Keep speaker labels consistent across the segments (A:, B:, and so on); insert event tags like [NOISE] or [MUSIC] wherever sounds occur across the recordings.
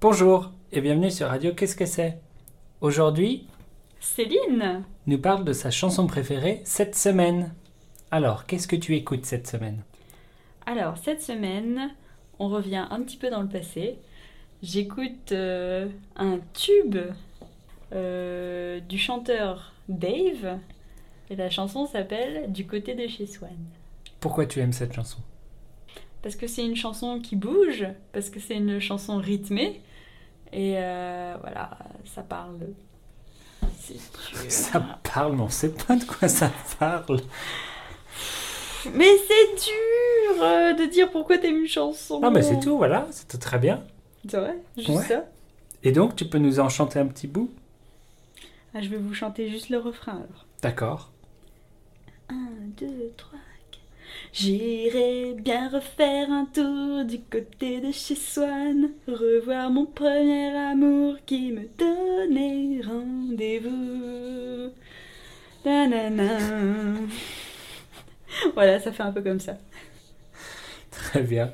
A: Bonjour et bienvenue sur Radio Qu'est-ce que c'est Aujourd'hui,
B: Céline
A: nous parle de sa chanson préférée cette semaine. Alors, qu'est-ce que tu écoutes cette semaine
B: Alors, cette semaine, on revient un petit peu dans le passé. J'écoute euh, un tube euh, du chanteur Dave. Et la chanson s'appelle Du côté de chez Swan.
A: Pourquoi tu aimes cette chanson
B: Parce que c'est une chanson qui bouge, parce que c'est une chanson rythmée. Et euh, voilà, ça parle. C'est dur.
A: [LAUGHS] Ça parle, mais on sait pas de quoi ça parle.
B: Mais c'est dur euh, de dire pourquoi t'aimes une chanson.
A: Ah, mais c'est tout, voilà, c'était très bien.
B: C'est vrai Juste
A: Ouais.
B: ça
A: Et donc, tu peux nous en chanter un petit bout
B: Ah, Je vais vous chanter juste le refrain alors.
A: D'accord.
B: 1, 2, 3, 4. J'irai bien refaire un tour du côté de chez Swan, revoir mon premier amour qui me donnait rendez-vous. Nanana. [LAUGHS] voilà, ça fait un peu comme ça.
A: Très bien.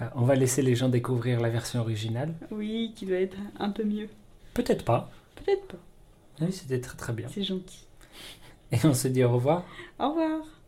A: Bah, on va laisser les gens découvrir la version originale.
B: Oui, qui doit être un peu mieux.
A: Peut-être pas.
B: Peut-être pas.
A: Oui, c'était très très bien.
B: C'est gentil.
A: Et on se dit au revoir.
B: Au revoir.